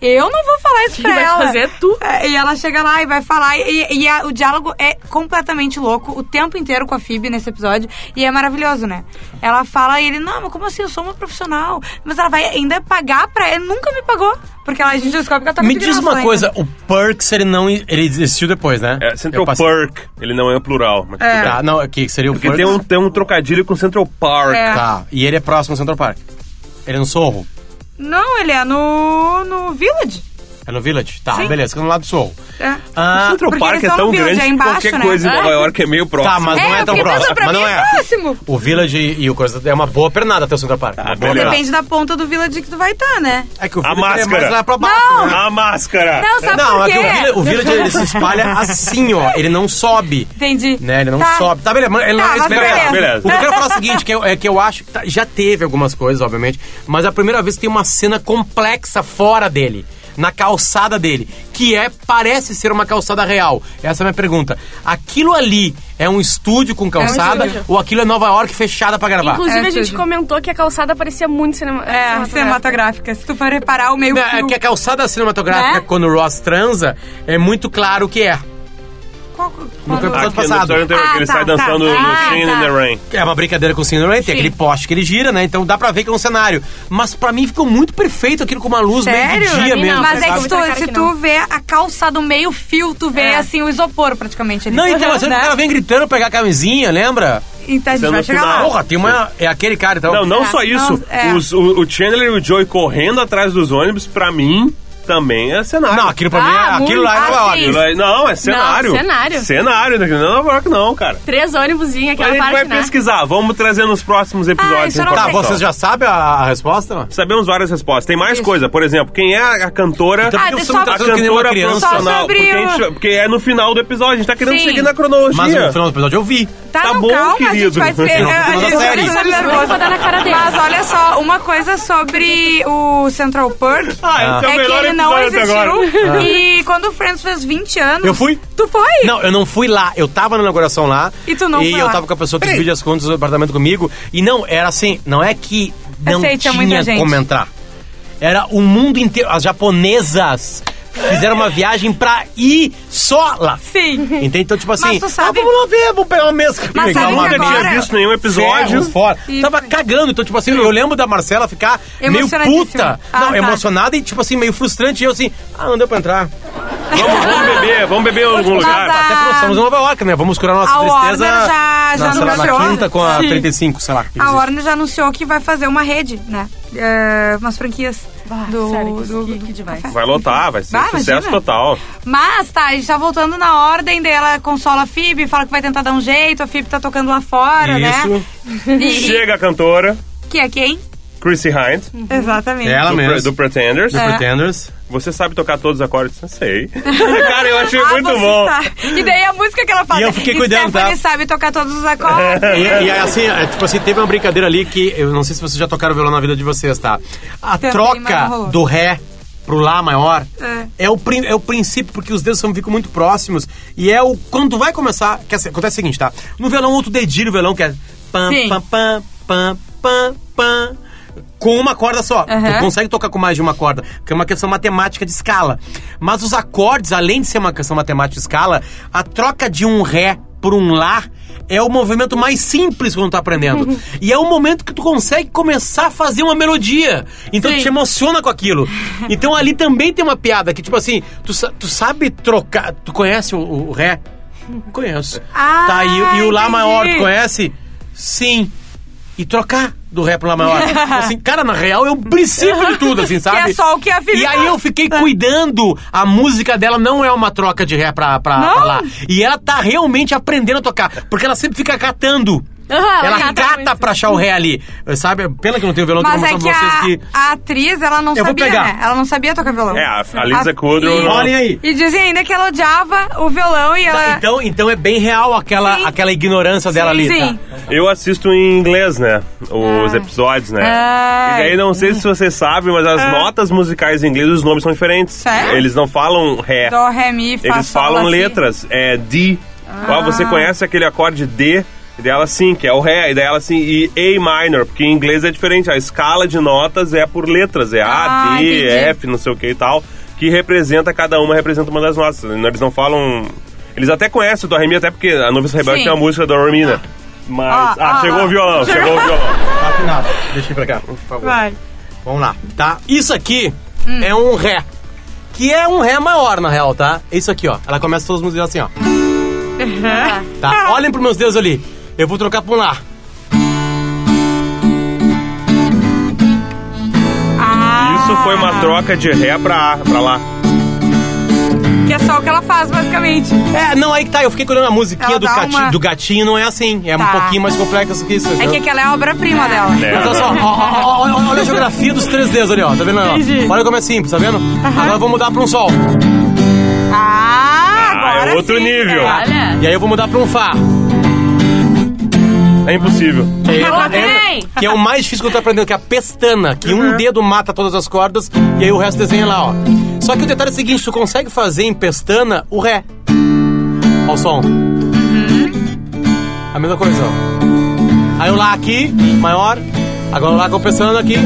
Speaker 3: eu não vou falar isso
Speaker 2: Quem
Speaker 3: pra
Speaker 2: vai
Speaker 3: ela.
Speaker 2: fazer é tu.
Speaker 3: É, E ela chega lá e vai falar. E, e a- o diálogo é completamente louco o tempo inteiro com a Phoebe nesse episódio. E é maravilhoso, né? Ela fala e ele, não, mas como assim? Eu sou uma profissional. Mas ela vai ainda pagar pra ele. Nunca me pagou. Porque ela, a gente descobre que ela tá com
Speaker 1: Me diz
Speaker 3: indignação
Speaker 1: uma
Speaker 3: ainda.
Speaker 1: coisa, o Perks, ele não ele existiu depois, né?
Speaker 4: É, Central
Speaker 1: Eu passei-
Speaker 4: Park. Ele não é o plural. Mas tudo bem.
Speaker 1: Tá, não, é que seria o
Speaker 4: Porque tem um,
Speaker 1: Perks.
Speaker 4: tem um trocadilho com Central Park.
Speaker 3: É.
Speaker 1: Tá, e ele é próximo ao Central Park. Ele é um sorro.
Speaker 3: Não, ele é no, no Village.
Speaker 1: É no Village? Tá,
Speaker 3: Sim.
Speaker 1: beleza, fica no lado do Sol.
Speaker 3: É.
Speaker 1: Ah,
Speaker 4: Central
Speaker 3: Porque
Speaker 4: Park
Speaker 3: eles
Speaker 4: é
Speaker 3: são
Speaker 4: tão
Speaker 3: no Village,
Speaker 4: grande
Speaker 3: é
Speaker 4: que
Speaker 3: embaixo,
Speaker 4: qualquer
Speaker 3: né?
Speaker 4: coisa em
Speaker 3: É.
Speaker 4: Nova York é meio próximo.
Speaker 1: tá, mas não é,
Speaker 3: É,
Speaker 1: tão
Speaker 3: porque
Speaker 1: próximo.
Speaker 3: pensa pra
Speaker 1: mas
Speaker 3: mim
Speaker 1: não
Speaker 3: é
Speaker 1: é.
Speaker 3: próximo.
Speaker 1: O Village e e o Coisa é uma boa pernada até o Central Park. Uma boa
Speaker 4: Ah, beleza.
Speaker 1: pernada.
Speaker 3: Depende da ponta do Village que tu vai estar, né?
Speaker 1: É que o
Speaker 4: A
Speaker 1: Village é mais
Speaker 4: máscara.
Speaker 1: lá pra baixo.
Speaker 3: Não.
Speaker 1: né?
Speaker 4: A máscara!
Speaker 3: Não, sabe
Speaker 1: Não,
Speaker 3: por
Speaker 1: é
Speaker 3: quê?
Speaker 1: que o Village, o Village ele se espalha assim, ó. Ele não sobe.
Speaker 3: Entendi.
Speaker 1: Né? Ele não
Speaker 3: Tá.
Speaker 1: sobe. Tá, beleza. mas Ele não
Speaker 3: Tá,
Speaker 1: é
Speaker 3: mas
Speaker 1: esse beleza.
Speaker 4: beleza. Beleza.
Speaker 1: O que eu quero falar é o seguinte, que eu, é que eu acho que tá- já teve algumas coisas, obviamente, mas é a primeira vez que tem uma cena complexa fora dele. Na calçada dele, que é, parece ser uma calçada real. Essa é a minha pergunta. Aquilo ali é um estúdio com calçada
Speaker 5: estúdio.
Speaker 1: ou aquilo é Nova York fechada pra gravar?
Speaker 5: Inclusive,
Speaker 3: É,
Speaker 5: a gente
Speaker 3: tudo.
Speaker 5: comentou que a calçada parecia muito cinema.
Speaker 3: É, cinematográfica. Se tu for reparar, o meio
Speaker 1: Não, é
Speaker 3: fio-
Speaker 1: que a calçada cinematográfica,
Speaker 3: Né?
Speaker 1: quando o Ross transa, é muito claro o que é.
Speaker 3: Qual-
Speaker 1: Nunca
Speaker 3: qual-
Speaker 1: foi
Speaker 4: Aqui no
Speaker 1: passado.
Speaker 4: Story Time,
Speaker 3: Ah,
Speaker 4: que ele
Speaker 3: tá,
Speaker 4: sai
Speaker 3: tá.
Speaker 4: dançando no
Speaker 3: Ah,
Speaker 4: Shane in
Speaker 3: tá.
Speaker 4: the Rain.
Speaker 1: É uma brincadeira com o Cine Ray, tem aquele poste que ele gira, né? Então dá pra ver que é um cenário. Mas pra mim ficou muito perfeito aquilo com uma luz meio
Speaker 3: Sério?
Speaker 1: de dia
Speaker 5: Pra mim
Speaker 1: mesmo.
Speaker 5: não,
Speaker 3: Mas
Speaker 5: sabe?
Speaker 3: é que se
Speaker 5: Muito na
Speaker 3: tu,
Speaker 5: cara
Speaker 3: se
Speaker 5: que
Speaker 3: tu
Speaker 5: não.
Speaker 3: vê a calça do meio fio, tu vê
Speaker 5: É.
Speaker 3: assim o isopor praticamente ali.
Speaker 1: Não, então assim, o
Speaker 3: né?
Speaker 1: cara vem gritando pegar a camisinha, lembra?
Speaker 3: Então a gente
Speaker 4: Sendo
Speaker 3: vai chegar
Speaker 4: final.
Speaker 3: lá.
Speaker 1: Porra, tem uma. É aquele cara, então.
Speaker 4: Não, não
Speaker 3: Ah,
Speaker 4: só isso.
Speaker 3: não, é.
Speaker 4: Os- o, o Chandler e o Joey correndo atrás dos ônibus, pra mim, também é cenário.
Speaker 1: Não, aquilo pra mim é.
Speaker 5: Ah,
Speaker 1: Aquilo lá é
Speaker 5: muito-
Speaker 1: Nova
Speaker 5: ah,
Speaker 1: York.
Speaker 3: assim,
Speaker 5: sim.
Speaker 4: Aquilo é- Não, é cenário.
Speaker 5: cenário.
Speaker 4: Cenário, não é Nova York não, cara.
Speaker 5: Três ônibus em
Speaker 4: Mas a
Speaker 5: aquela
Speaker 4: gente vai
Speaker 5: parte, né?
Speaker 4: pesquisar, vamos trazer nos próximos episódios.
Speaker 3: Ah, isso eu não
Speaker 1: Tá,
Speaker 3: sei.
Speaker 4: informação.
Speaker 1: vocês já sabem a, a resposta? mano?
Speaker 4: Sabemos várias respostas. Tem mais
Speaker 3: Isso.
Speaker 4: coisa, por exemplo, quem é a cantora.
Speaker 1: Então
Speaker 3: Ah,
Speaker 1: por que
Speaker 3: deixa
Speaker 1: você não
Speaker 3: eu
Speaker 1: tá
Speaker 4: a
Speaker 1: fazendo que nem uma
Speaker 4: cantora
Speaker 1: criança?
Speaker 3: Só
Speaker 4: profissional.
Speaker 3: sobre
Speaker 4: Porque, a gente-
Speaker 3: o-
Speaker 4: porque é no final do episódio, a gente tá querendo
Speaker 3: Sim.
Speaker 4: seguir na cronologia.
Speaker 1: Mas no final do episódio eu vi.
Speaker 3: Tá,
Speaker 4: Tá
Speaker 3: não,
Speaker 4: bom,
Speaker 3: calma, a
Speaker 4: querido.
Speaker 3: gente vai
Speaker 4: Não,
Speaker 1: tô falando
Speaker 3: esperar.
Speaker 1: sério.
Speaker 2: é
Speaker 5: Eu vou dar na cara dele.
Speaker 3: Mas olha só, uma coisa sobre o Central Park.
Speaker 4: Ah, esse é,
Speaker 3: É
Speaker 4: o
Speaker 3: que
Speaker 4: melhor
Speaker 3: ele não
Speaker 4: episódio até agora.
Speaker 3: existiu. E quando o Friends fez 20 anos.
Speaker 1: Eu fui?
Speaker 3: Tu foi?
Speaker 1: Não, eu não fui lá. Eu tava na inauguração lá.
Speaker 3: E tu não
Speaker 1: E
Speaker 3: foi
Speaker 1: eu
Speaker 3: lá.
Speaker 1: tava com a pessoa que divide as contas do apartamento comigo. E não, era assim, não é que
Speaker 3: Eu
Speaker 1: não
Speaker 3: sei, tinha muita gente.
Speaker 1: como entrar. Era o mundo inteiro. As japonesas fizeram uma viagem pra ir só lá.
Speaker 3: Sim.
Speaker 1: Entende? Então, tipo assim,
Speaker 3: Mas tu sabe-
Speaker 1: ah, vamos lá ver, vamos pegar uma mesa.
Speaker 3: Mas
Speaker 1: Pegar
Speaker 3: sabe
Speaker 1: uma
Speaker 3: que
Speaker 4: Nunca tinha
Speaker 3: Agora-
Speaker 4: visto nenhum episódio.
Speaker 1: Ferro, fora.
Speaker 3: Isso.
Speaker 1: Tava cagando. Então, tipo assim, eu lembro da Marcela ficar meio
Speaker 3: Emocionadíssima.
Speaker 1: puta.
Speaker 3: Ah,
Speaker 1: não,
Speaker 3: tá.
Speaker 1: emocionada e, tipo assim, meio frustrante. E eu assim, ah, não deu pra entrar.
Speaker 4: Vamos, vamos beber, vamos beber em algum
Speaker 3: Mas
Speaker 4: lugar.
Speaker 3: a-
Speaker 1: Até porque nós estamos em Nova York, né? Vamos curar nossa
Speaker 3: A
Speaker 1: tristeza
Speaker 3: Warner já- já
Speaker 1: na, sei lá,
Speaker 3: anunciou.
Speaker 1: na quinta com a
Speaker 3: Sim.
Speaker 1: 35, sei lá. que
Speaker 3: A
Speaker 1: existe.
Speaker 3: Warner já anunciou que vai fazer uma rede, né? É, umas franquias do,
Speaker 5: sério, que-
Speaker 3: do,
Speaker 5: que-
Speaker 3: do
Speaker 5: que demais.
Speaker 3: café.
Speaker 4: Vai lotar, vai ser
Speaker 3: Vai,
Speaker 4: um sucesso
Speaker 3: imagina.
Speaker 4: total.
Speaker 3: Mas tá, a gente tá voltando na ordem, daí ela consola a Phoebe, fala que vai tentar dar um jeito, a Phoebe tá tocando lá fora, né?
Speaker 4: Isso.
Speaker 3: E-
Speaker 4: Chega a cantora,
Speaker 3: Que é quem?
Speaker 4: Chrissy Hines,
Speaker 3: Exatamente.
Speaker 1: Ela
Speaker 4: do, Pre-
Speaker 1: mesmo.
Speaker 4: do Pretenders.
Speaker 3: É.
Speaker 1: Pretenders.
Speaker 4: Você sabe tocar todos os acordes? Não sei. Cara, eu achei
Speaker 3: Ah,
Speaker 4: muito
Speaker 3: você
Speaker 4: bom.
Speaker 3: sabe. E daí a música que ela fala.
Speaker 1: E eu fiquei cuidando, tá?
Speaker 3: Stephanie sabe tocar todos os acordes.
Speaker 1: E, e aí, assim, é, tipo assim, teve uma brincadeira ali que eu não sei se vocês já tocaram violão na vida de vocês, tá? A
Speaker 3: Também, mas não
Speaker 1: troca
Speaker 3: rolou.
Speaker 1: do ré pro lá maior
Speaker 3: É.
Speaker 1: é, o, prin- é o princípio, porque os dedos são, ficam muito próximos. E é o. Quando tu vai começar. Que assim, acontece o seguinte, tá? No violão, outro dedilha o violão, que é. Pam,
Speaker 3: Sim.
Speaker 1: pam, pam, pam, pam, pam. Com uma corda só. Tu consegue tocar com mais de uma corda, porque é uma questão matemática de escala. Mas os acordes, além de ser uma questão matemática de escala, a troca de um ré por um lá é o movimento mais simples quando tu tá aprendendo. e é o momento que tu consegue começar a fazer uma melodia. Então tu te emociona com aquilo. Então ali também tem uma piada que, tipo assim, tu, sa- tu sabe trocar. Tu conhece o, o ré? Conheço.
Speaker 3: Ah,
Speaker 1: tá, e, e o lá
Speaker 3: entendi.
Speaker 1: maior, tu conhece? Sim. E trocar do ré pro lá maior. assim, cara, na real é o princípio de tudo, assim, sabe?
Speaker 3: Que é só o que a Phoebe
Speaker 1: E aí
Speaker 3: gosta.
Speaker 1: eu fiquei cuidando. A música dela não é uma troca de ré pra, pra, pra
Speaker 3: Não?
Speaker 1: lá. E ela tá realmente aprendendo a tocar. Porque ela sempre fica catando.
Speaker 5: Aham,
Speaker 1: ela
Speaker 5: cata
Speaker 1: cata
Speaker 5: muito.
Speaker 1: pra achar o ré ali. Sabe? Pena que eu não tenho violão pra
Speaker 3: Mas é
Speaker 1: mostrar
Speaker 3: que
Speaker 1: pra vocês
Speaker 3: a,
Speaker 1: que.
Speaker 3: a atriz, ela não
Speaker 1: Eu vou
Speaker 3: sabia,
Speaker 1: pegar.
Speaker 3: né? Ela não sabia tocar violão.
Speaker 4: É, a, a Lisa Kudrow.
Speaker 3: e-
Speaker 4: não-
Speaker 1: Olhem aí.
Speaker 3: E dizem ainda que ela odiava o violão e ela...
Speaker 1: Então, então é bem real aquela,
Speaker 3: Sim.
Speaker 1: aquela ignorância dela ali.
Speaker 3: Sim.
Speaker 1: tá?
Speaker 4: Eu assisto em inglês, né? Os episódios, né?
Speaker 3: Ah.
Speaker 4: E daí não sei se vocês sabem, mas as notas musicais em inglês, os nomes são diferentes.
Speaker 3: Sério?
Speaker 4: Eles não falam ré.
Speaker 3: Dó, ré, mi, fá,
Speaker 4: Eles
Speaker 3: sol,
Speaker 4: falam
Speaker 3: lá, si.
Speaker 4: letras. É D. Ah. você conhece aquele acorde D? E daí ela sim, que é o Ré, e daí ela sim, e A minor, porque em inglês é diferente, a escala de notas é por letras, é A,
Speaker 3: Ah,
Speaker 4: D,
Speaker 3: entendi.
Speaker 4: F, não sei o que e tal, que representa, cada uma representa uma das notas. né? Eles não falam. Eles até conhecem o Dó Ré Mi, até porque a Novice Rebelde
Speaker 3: Sim.
Speaker 4: tem uma música do Ré Mi, né? Mas.
Speaker 3: Ó,
Speaker 4: ah,
Speaker 3: ó,
Speaker 4: chegou
Speaker 3: ó.
Speaker 4: o violão, chegou, o violão.
Speaker 1: Afinado. Deixa eu ir pra cá, por favor.
Speaker 3: Vai.
Speaker 1: Vamos lá, tá? Isso aqui é um ré. Que é um ré maior, na real, tá? É Isso aqui, ó. Ela começa todas as músicas assim, ó. Tá? Olhem pros meus dedos ali. Eu vou trocar pra um lá.
Speaker 3: Ah,
Speaker 4: Ah.
Speaker 3: Ah.
Speaker 4: Isso foi uma troca de Ré pra A, pra lá.
Speaker 3: Que é só o que ela faz, basicamente.
Speaker 1: É, não, aí que tá. Eu fiquei olhando a musiquinha
Speaker 3: Ela
Speaker 1: do
Speaker 3: dá
Speaker 1: gatinho,
Speaker 3: uma-
Speaker 1: do gatinho, não é assim. É um
Speaker 3: Tá.
Speaker 1: pouquinho mais complexo que isso.
Speaker 3: É que aquela é a obra-prima dela.
Speaker 4: É.
Speaker 1: Olha só, ó, ó, ó, ó, ó, olha a geografia dos três dedos ali, ó. Tá vendo? Aí, ó? Olha como é simples, tá vendo? Agora eu vou mudar pra um sol.
Speaker 3: Ah,
Speaker 4: Ah,
Speaker 3: agora
Speaker 4: é outro
Speaker 3: sim.
Speaker 4: nível.
Speaker 3: É.
Speaker 5: Olha.
Speaker 1: E aí eu vou mudar pra um fá.
Speaker 4: É impossível.
Speaker 1: É,
Speaker 5: Tá bem.
Speaker 1: que é o mais difícil que eu tô aprendendo, que é a pestana, que um
Speaker 3: Uhum.
Speaker 1: dedo mata todas as cordas e aí o resto desenha lá, ó. Só que o detalhe é o seguinte, tu consegue fazer em pestana o ré. Ó o som. A mesma coisa, ó. Aí o lá aqui, maior. Agora o lá com pestana aqui.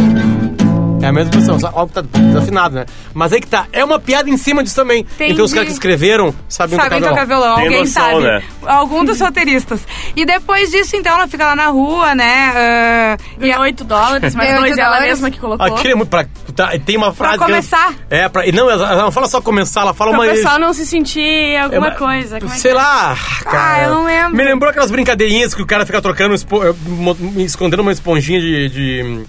Speaker 1: É a mesma posição, só óbvio que tá desafinado, né? Mas aí que tá, é uma piada em cima disso também. Então os
Speaker 5: Entendi.
Speaker 1: caras que tá escreveram sabem,
Speaker 3: sabem tocar violão,
Speaker 4: Tem
Speaker 3: alguém
Speaker 4: noção,
Speaker 3: sabe.
Speaker 4: né?
Speaker 3: Algum dos roteiristas. E depois disso, então, ela fica lá na rua, né? ah, e
Speaker 5: Ganhou 8 dólares, mas
Speaker 3: Ganhou
Speaker 5: dois
Speaker 3: oito
Speaker 5: ela
Speaker 3: dólares.
Speaker 5: mesma que colocou.
Speaker 1: Aquele é muito pra, tá, tem uma frase que eu-
Speaker 3: começar? né?
Speaker 1: é, pra, não, ela ela não fala só começar, ela fala
Speaker 5: Pra o
Speaker 1: uma...
Speaker 5: pessoal não se sentir
Speaker 1: é
Speaker 5: alguma coisa. Como é que
Speaker 1: sei lá, cara.
Speaker 3: Ah, eu não lembro.
Speaker 1: Me lembrou aquelas brincadeirinhas que o cara fica trocando, espo- eh, mo- escondendo uma esponjinha de... de-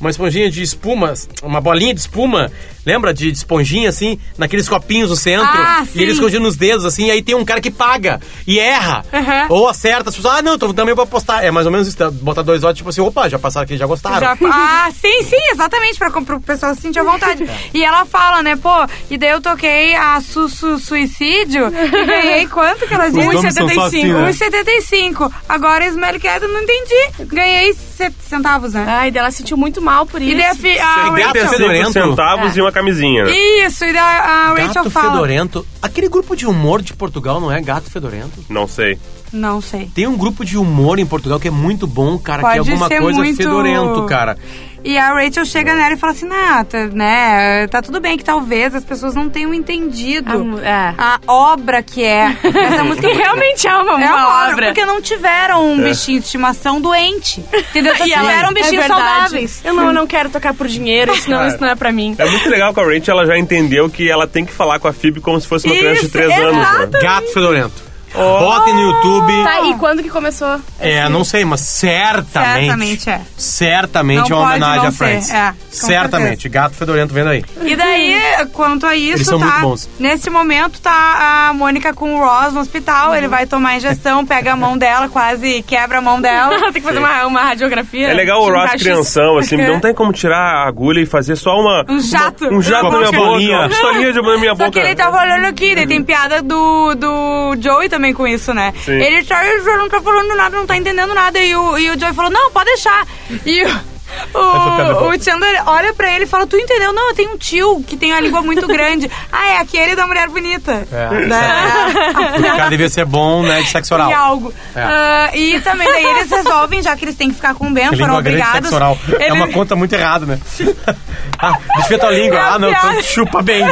Speaker 1: uma esponjinha de espuma, uma bolinha de espuma, lembra? De, de esponjinha, assim, naqueles copinhos no centro.
Speaker 3: Ah, sim.
Speaker 1: E ele escondido nos dedos, assim, e aí tem um cara que paga e erra.
Speaker 3: Aham.
Speaker 1: Ou acerta, as pessoas, ah, não, tô, também vou apostar. É mais ou menos isso, tá? botar dois olhos, tipo assim, opa, já passaram aqui, já gostaram.
Speaker 3: Já- ah, sim, sim, exatamente, pra, com- pro pessoal se sentir à vontade. E ela fala, né, pô, e daí eu toquei a su, su- suicídio e ganhei quanto que Um elas
Speaker 6: Os
Speaker 3: dizem?
Speaker 6: nomes são só assim,
Speaker 3: 1,75.
Speaker 6: né?
Speaker 3: 1,75. Agora Smelly Cat, eu não entendi. Ganhei set- centavos,
Speaker 6: Ah,
Speaker 3: né?
Speaker 5: é? Ai, daí ela se sentiu muito mal por isso.
Speaker 3: E daí a, fi- a
Speaker 1: Você
Speaker 6: é
Speaker 1: deve ter
Speaker 3: Rachel...
Speaker 1: sido- Fedorento.
Speaker 4: centavos e uma camisinha. né?
Speaker 3: Isso, e daí a Rachel
Speaker 1: Gato
Speaker 3: fala.
Speaker 1: Fedorento. Aquele grupo de humor de Portugal não é Gato Fedorento?
Speaker 4: Não sei.
Speaker 3: Não sei.
Speaker 1: Tem um grupo de humor em Portugal que é muito bom, cara, que é
Speaker 3: Pode
Speaker 1: alguma
Speaker 3: ser
Speaker 1: coisa
Speaker 3: muito-
Speaker 1: fedorento, cara.
Speaker 3: E a Rachel chega nela e fala assim, Nata, né, tá tudo bem que talvez as pessoas não tenham entendido
Speaker 5: A mu- é.
Speaker 3: a obra que é essa música.
Speaker 5: Que realmente é uma,
Speaker 3: É uma obra,
Speaker 5: obra.
Speaker 3: porque não tiveram
Speaker 1: É.
Speaker 3: um bichinho de estimação doente. Entendeu? Só
Speaker 5: E ela-
Speaker 3: tiveram bichinhos
Speaker 5: é verdade.
Speaker 3: saudáveis.
Speaker 5: Eu não, eu não quero tocar por dinheiro,
Speaker 4: Ah.
Speaker 5: senão isso não é pra mim.
Speaker 4: É muito legal que a Rachel ela já entendeu que ela tem que falar com a Phoebe como se fosse uma criança de
Speaker 3: Isso,
Speaker 4: 3 anos. Né?
Speaker 1: Gato fedorento. Botem no
Speaker 4: É.
Speaker 1: YouTube.
Speaker 5: Tá, e quando que começou?
Speaker 1: É, não sei, mas certamente.
Speaker 3: Certamente é.
Speaker 1: Certamente
Speaker 3: Não
Speaker 1: é uma
Speaker 3: pode
Speaker 1: homenagem
Speaker 3: não
Speaker 1: a
Speaker 3: ser,
Speaker 1: Friends.
Speaker 3: é, com
Speaker 1: certamente.
Speaker 3: certeza.
Speaker 1: Gato fedorento vendo aí.
Speaker 3: E daí,
Speaker 5: Hum.
Speaker 3: quanto a isso,
Speaker 1: Eles são
Speaker 3: tá.
Speaker 1: muito bons.
Speaker 3: Nesse momento tá a Mônica com o Ross no hospital,
Speaker 5: Uhum.
Speaker 3: ele vai tomar a injeção, pega a mão dela, quase quebra a mão dela.
Speaker 5: Tem que fazer uma, uma radiografia.
Speaker 4: É legal o
Speaker 5: Tipo,
Speaker 4: Ross
Speaker 5: raio-x.
Speaker 4: crianção, assim, não tem como tirar a agulha e fazer só uma...
Speaker 3: Um jato.
Speaker 4: Um jato
Speaker 1: Uma
Speaker 4: na minha boca,
Speaker 1: pistolinha.
Speaker 4: uma pistolinha de- na
Speaker 3: Só
Speaker 4: minha
Speaker 3: que
Speaker 4: boca.
Speaker 3: ele tava olhando aqui, daí tem piada do, do Joey também com isso, né?
Speaker 4: Sim.
Speaker 3: Ele tá, o Joey não tá falando nada, não tá entendendo nada. E o, e o Joey falou, não, pode deixar. E o...
Speaker 1: piada é
Speaker 3: O,
Speaker 1: boa.
Speaker 3: o Chandler olha pra ele e fala: Tu entendeu? Não, eu tenho um tio que tem a língua muito grande. ah, é aquele da mulher bonita.
Speaker 1: É,
Speaker 3: Né?
Speaker 1: O cara devia ser bom, né, de sexo
Speaker 3: Em
Speaker 1: oral.
Speaker 3: algo.
Speaker 1: É.
Speaker 3: Ah, e também daí eles resolvem, já que eles têm que ficar com o Ben, foram
Speaker 1: Língua grande,
Speaker 3: obrigados.
Speaker 1: sexo oral. É
Speaker 3: Eles-
Speaker 1: uma conta muito errada, né? ah, desfia tua língua.
Speaker 3: É uma
Speaker 1: Ah, não,
Speaker 3: piada.
Speaker 1: então chupa bem.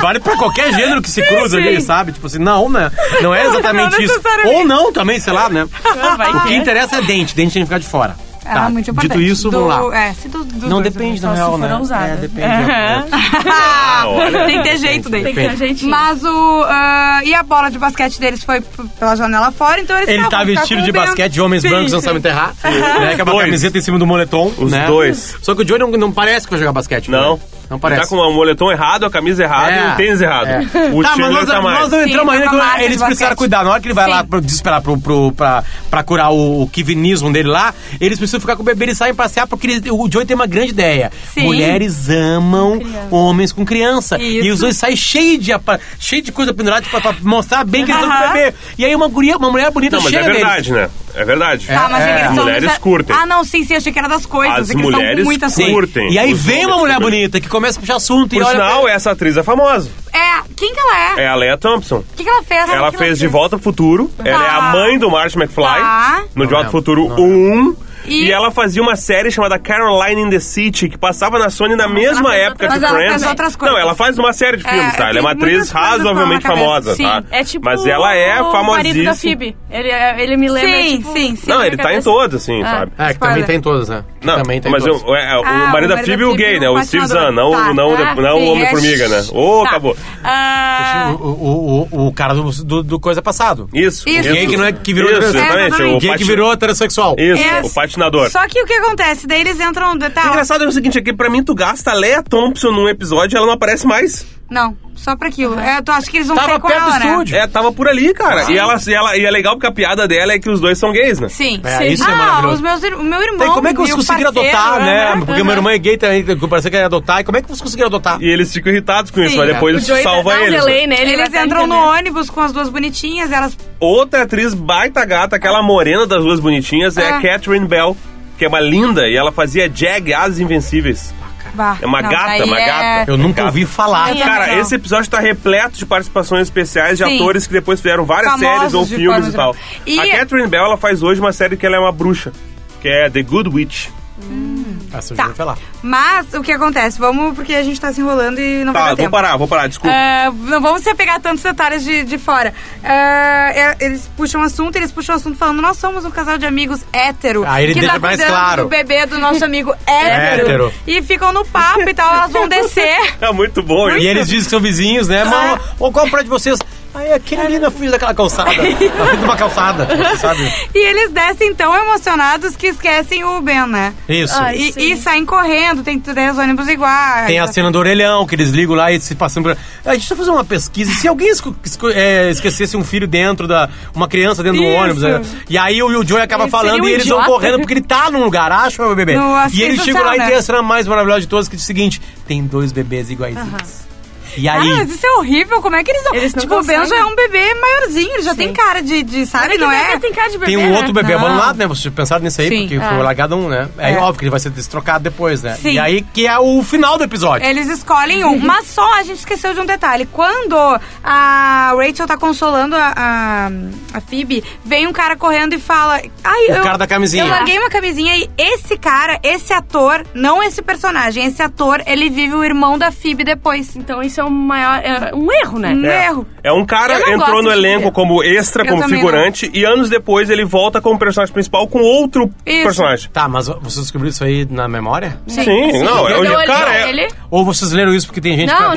Speaker 1: Vale pra qualquer gênero que se cruza
Speaker 3: Sim.
Speaker 1: ali, sabe? Tipo assim, não, né? Não é exatamente
Speaker 3: Não
Speaker 1: isso.
Speaker 3: necessariamente. Tá
Speaker 1: Ou não também, sei lá, né?
Speaker 5: Ah, vai
Speaker 1: O que
Speaker 5: que-
Speaker 1: interessa é dente, dente tem que ficar de fora.
Speaker 3: Ah,
Speaker 1: Tá,
Speaker 3: muito importante.
Speaker 1: Dito isso,
Speaker 3: do,
Speaker 1: vamos lá.
Speaker 3: É, se do, do
Speaker 1: Não
Speaker 3: dois, né?
Speaker 1: depende,
Speaker 5: só
Speaker 1: na
Speaker 5: se
Speaker 1: real,
Speaker 5: for
Speaker 1: né?
Speaker 5: usada.
Speaker 1: É, depende.
Speaker 4: Ah, olha.
Speaker 3: Tem que ter jeito daí.
Speaker 5: Tem que ter jeitinho.
Speaker 3: Mas o. ah, e a bola de basquete deles foi p- pela janela fora, então eles
Speaker 1: Ele
Speaker 3: estavam
Speaker 1: tá
Speaker 3: ficar
Speaker 1: vestido
Speaker 3: com
Speaker 1: de
Speaker 3: o Ben.
Speaker 1: basquete, de homens
Speaker 3: Sim,
Speaker 1: brancos não
Speaker 3: sim.
Speaker 1: sabem enterrar. Né? Que é uma
Speaker 4: Dois.
Speaker 1: camiseta em cima do moletom.
Speaker 4: Os
Speaker 1: né?
Speaker 4: dois.
Speaker 1: Só que o Johnny não, não parece que vai jogar basquete.
Speaker 4: Não.
Speaker 1: né? Não parece.
Speaker 4: Tá com o moletom errado, a camisa errada
Speaker 1: É.
Speaker 4: e o tênis errado.
Speaker 1: É.
Speaker 4: O
Speaker 1: tá, mas
Speaker 4: Chandler
Speaker 1: nós,
Speaker 4: tá mais.
Speaker 1: nós não entramos
Speaker 3: Sim,
Speaker 1: ainda,
Speaker 3: tá uma
Speaker 1: que
Speaker 3: marca
Speaker 1: eles
Speaker 3: de
Speaker 1: precisaram
Speaker 3: basquete.
Speaker 1: cuidar. Na hora que ele vai
Speaker 3: Sim.
Speaker 1: lá pra, desesperar pro, pro, pra, pra curar o, o kivinismo dele lá, eles precisam ficar com o bebê, eles saem passear, porque ele- o Joey tem uma grande ideia.
Speaker 3: Sim.
Speaker 1: Mulheres amam homens com criança. E
Speaker 3: Isso.
Speaker 1: os dois saem cheios de, apa- cheio de coisa pendurada tipo, pra, pra mostrar bem que eles amam o
Speaker 3: Aham.
Speaker 1: bebê. E aí uma guria, uma mulher bonita
Speaker 4: Não, mas é
Speaker 1: chega neles.
Speaker 4: verdade, né? É verdade.
Speaker 3: Tá, mas
Speaker 1: É,
Speaker 3: é, que
Speaker 4: As
Speaker 3: eles são
Speaker 4: mulheres
Speaker 3: muito-
Speaker 4: curtem.
Speaker 3: Ah, não, sim, sim, achei que era das coisas.
Speaker 4: As
Speaker 3: é que eles são
Speaker 4: mulheres
Speaker 3: com muitas
Speaker 1: Sim.
Speaker 3: coisas.
Speaker 4: curtem.
Speaker 1: E aí
Speaker 4: Os
Speaker 1: vem uma
Speaker 4: homens
Speaker 1: mulher
Speaker 4: curtem.
Speaker 1: bonita que começa a puxar assunto e
Speaker 4: Por
Speaker 1: olha.
Speaker 4: sinal, essa atriz é famosa.
Speaker 3: É, quem que ela é?
Speaker 4: É a Leia Thompson.
Speaker 3: O que, que ela é tipo fez? O
Speaker 4: Ela
Speaker 3: Tá, que
Speaker 4: fez De Volta ao Futuro. Ela é a mãe do Marty McFly.
Speaker 3: Tá.
Speaker 4: No De Volta ao
Speaker 1: lembro,
Speaker 4: Futuro
Speaker 1: não
Speaker 4: 1. E...
Speaker 3: E-
Speaker 4: ela fazia uma série chamada Caroline in the City, que passava na Sony na mesma
Speaker 5: fez
Speaker 4: época
Speaker 3: outras-
Speaker 4: que
Speaker 3: Mas ela
Speaker 4: Friends.
Speaker 3: fez outras coisas.
Speaker 4: Não, ela faz uma série de
Speaker 3: É,
Speaker 4: filmes, tá?
Speaker 3: eu
Speaker 4: Ela é uma
Speaker 3: tenho muitas
Speaker 4: atriz
Speaker 3: coisas
Speaker 4: razoavelmente
Speaker 3: na cabeça.
Speaker 4: famosa, tá?
Speaker 3: Sim,
Speaker 5: É tipo
Speaker 4: Mas ela é
Speaker 5: o marido
Speaker 4: famosíssima.
Speaker 5: da Phoebe. Ele, ele me lembra,
Speaker 3: Sim,
Speaker 5: tipo...
Speaker 3: sim, sim.
Speaker 4: Não,
Speaker 5: na
Speaker 4: ele tá em
Speaker 5: cabeça.
Speaker 4: todos, assim,
Speaker 5: Ah.
Speaker 4: sabe?
Speaker 1: É, que também
Speaker 3: Spoiler.
Speaker 1: tem todas, né? Que
Speaker 4: Não,
Speaker 1: também tem
Speaker 4: mas
Speaker 1: todas.
Speaker 4: o, é, o
Speaker 3: Ah,
Speaker 4: marido da Phoebe e o gay, né? O Steve Zahn, não,
Speaker 3: tá.
Speaker 4: não,
Speaker 3: Ah,
Speaker 4: não
Speaker 3: sim,
Speaker 4: o Homem-Formiga,
Speaker 3: é.
Speaker 4: né? Ô,
Speaker 3: Tá.
Speaker 4: acabou.
Speaker 3: Ah,
Speaker 1: O, o, o, o cara do, do, do coisa passado.
Speaker 4: Isso.
Speaker 3: Isso.
Speaker 1: Gay que não é que virou
Speaker 4: Isso,
Speaker 1: heterossexual.
Speaker 4: exatamente.
Speaker 3: É,
Speaker 4: o
Speaker 1: Gay que
Speaker 4: pati-
Speaker 1: virou heterossexual.
Speaker 4: Isso,
Speaker 3: É.
Speaker 4: o patinador.
Speaker 3: Só que o que acontece? Daí eles entram.
Speaker 4: O é
Speaker 3: Tá,
Speaker 4: engraçado é o seguinte, aqui pra mim tu gasta a Leia Thompson num episódio e ela não aparece mais.
Speaker 3: Não, só pra aquilo. É, tu acha que eles vão
Speaker 1: Tava
Speaker 3: sair com
Speaker 1: perto
Speaker 3: ela,
Speaker 1: do
Speaker 3: né?
Speaker 1: estúdio.
Speaker 4: É, tava por ali, cara. E ela, e ela e é legal porque a piada dela é que os dois são gays, né?
Speaker 3: Sim.
Speaker 1: É,
Speaker 3: Sim.
Speaker 1: isso é
Speaker 3: ah,
Speaker 1: maravilhoso.
Speaker 3: os meus, ir- o meu irmão.
Speaker 1: Tem, como é que vocês
Speaker 3: meu
Speaker 1: conseguiram
Speaker 3: um parceiro,
Speaker 1: adotar, né?
Speaker 3: aham,
Speaker 1: Porque
Speaker 3: aham.
Speaker 1: minha irmã é gay também, parecia que ia adotar. E como é que vocês conseguiram adotar?
Speaker 4: E eles ficam irritados com isso,
Speaker 3: Sim,
Speaker 4: mas
Speaker 3: é.
Speaker 4: depois
Speaker 5: O Joey
Speaker 4: salva
Speaker 5: dá um
Speaker 4: eles. né?
Speaker 5: delay
Speaker 1: é
Speaker 5: nele.
Speaker 3: Eles
Speaker 5: vai dar
Speaker 3: entram no
Speaker 5: entender.
Speaker 1: né?
Speaker 3: ônibus com as duas bonitinhas, elas.
Speaker 4: Outra atriz baita gata, aquela morena das duas bonitinhas, é a
Speaker 3: É.
Speaker 4: Catherine Bell, que é uma linda e ela fazia Jag As Invencíveis.
Speaker 3: Bah,
Speaker 4: É uma
Speaker 3: não,
Speaker 4: gata,
Speaker 3: daí
Speaker 4: uma
Speaker 3: é-
Speaker 4: gata.
Speaker 1: Eu nunca ouvi falar.
Speaker 3: Sim.
Speaker 4: Cara,
Speaker 3: É legal.
Speaker 4: esse episódio tá repleto de participações especiais de
Speaker 3: Sim.
Speaker 4: atores que depois fizeram várias
Speaker 3: Famosos
Speaker 4: séries ou
Speaker 3: de
Speaker 4: filmes
Speaker 3: forma
Speaker 4: e tal.
Speaker 3: geral. E-
Speaker 4: A Catherine Bell, ela faz hoje uma série que ela é uma bruxa, que é The Good Witch.
Speaker 1: Ah, você
Speaker 3: Tá.
Speaker 1: ouviu falar.
Speaker 3: Mas o que acontece? Vamos, porque a gente tá se enrolando e não vai
Speaker 4: Tá,
Speaker 3: dar
Speaker 4: vou
Speaker 3: tempo.
Speaker 4: parar, vou parar, desculpa.
Speaker 3: Ah, não vamos se apegar tantos detalhes de, de fora. Ah, é- eles puxam assunto, eles puxam assunto falando: nós somos um casal de amigos hétero.
Speaker 1: Ah, ele
Speaker 3: que
Speaker 1: deixa
Speaker 3: tá
Speaker 1: mais
Speaker 3: cuidando
Speaker 1: claro. É
Speaker 3: do bebê do nosso amigo hétero.
Speaker 1: Hétero.
Speaker 3: E ficam no papo e tal, elas vão descer.
Speaker 4: É muito bom,
Speaker 1: E
Speaker 4: hein?
Speaker 1: eles dizem que são vizinhos, né? Mas,
Speaker 3: é.
Speaker 1: ou qual prédio de vocês? Ah, é aquele ali na frente daquela calçada. Na frente de uma calçada, sabe?
Speaker 3: E eles descem tão emocionados que esquecem o Ben, né?
Speaker 1: É Isso.
Speaker 5: Ai,
Speaker 3: E,
Speaker 5: Sim.
Speaker 3: e saem correndo, tem três ônibus iguais.
Speaker 1: Tem a cena do orelhão, que eles ligam lá e se passam por... A gente tá fazendo uma pesquisa. e Se alguém esco- esco- é, esquecesse um filho dentro da... Uma criança dentro do
Speaker 3: Isso.
Speaker 1: ônibus. né? E aí o, o Joey acaba
Speaker 5: Ele
Speaker 1: falando
Speaker 5: seria um
Speaker 1: e eles vão
Speaker 5: idiota.
Speaker 1: correndo porque ele tá num lugar. Acha o bebê.
Speaker 3: No
Speaker 1: e eles
Speaker 3: assistência
Speaker 1: chegam lá e
Speaker 3: social,
Speaker 1: tem
Speaker 3: né?
Speaker 1: a cena mais maravilhosa de todas, que diz o seguinte. Tem dois bebês iguaizinhos. E
Speaker 3: Ah,
Speaker 1: aí...
Speaker 3: mas isso é horrível, como é que eles não.
Speaker 5: Eles não
Speaker 3: tipo, o Ben já
Speaker 5: conseguem.
Speaker 3: é um bebê maiorzinho, ele já tem cara de, de sabe,
Speaker 5: Sabe
Speaker 3: não
Speaker 5: que
Speaker 3: é?
Speaker 5: bebê tem cara de bebê,
Speaker 1: Tem um
Speaker 5: né?
Speaker 1: outro bebê
Speaker 3: Não.
Speaker 1: abandonado, né? Vocês pensaram nisso aí,
Speaker 3: Sim.
Speaker 1: porque foi
Speaker 5: É.
Speaker 1: largado um, né? É,
Speaker 3: É.
Speaker 1: óbvio que ele vai ser destrocado depois, né?
Speaker 3: Sim.
Speaker 1: E aí que é o final do episódio.
Speaker 3: Eles escolhem um, mas só a gente esqueceu de um detalhe. Quando a Rachel tá consolando a, a, a Phoebe, vem um cara correndo e fala: Ai,
Speaker 1: O
Speaker 3: É, eu,
Speaker 1: cara da camisinha."
Speaker 3: Eu larguei uma camisinha e esse cara, esse ator, não esse personagem, esse ator, ele vive o irmão da Phoebe depois.
Speaker 5: Então isso é um maior. É um erro, né?
Speaker 3: Um
Speaker 4: É.
Speaker 3: erro.
Speaker 4: É um cara
Speaker 5: Eu não
Speaker 4: entrou
Speaker 5: gosto
Speaker 4: no
Speaker 5: de
Speaker 4: elenco
Speaker 5: ver.
Speaker 4: como extra,
Speaker 3: Eu
Speaker 4: como
Speaker 3: também
Speaker 4: figurante, e anos depois ele volta como personagem principal com outro
Speaker 3: Isso.
Speaker 4: personagem.
Speaker 1: Tá, mas você descobriu isso aí na memória?
Speaker 4: Sim, não, é
Speaker 5: Entendeu?
Speaker 4: o
Speaker 5: Ele-
Speaker 4: cara. é-
Speaker 5: ele-
Speaker 1: Ou vocês leram isso porque tem gente
Speaker 5: Não,
Speaker 1: que... "Ah,
Speaker 5: não,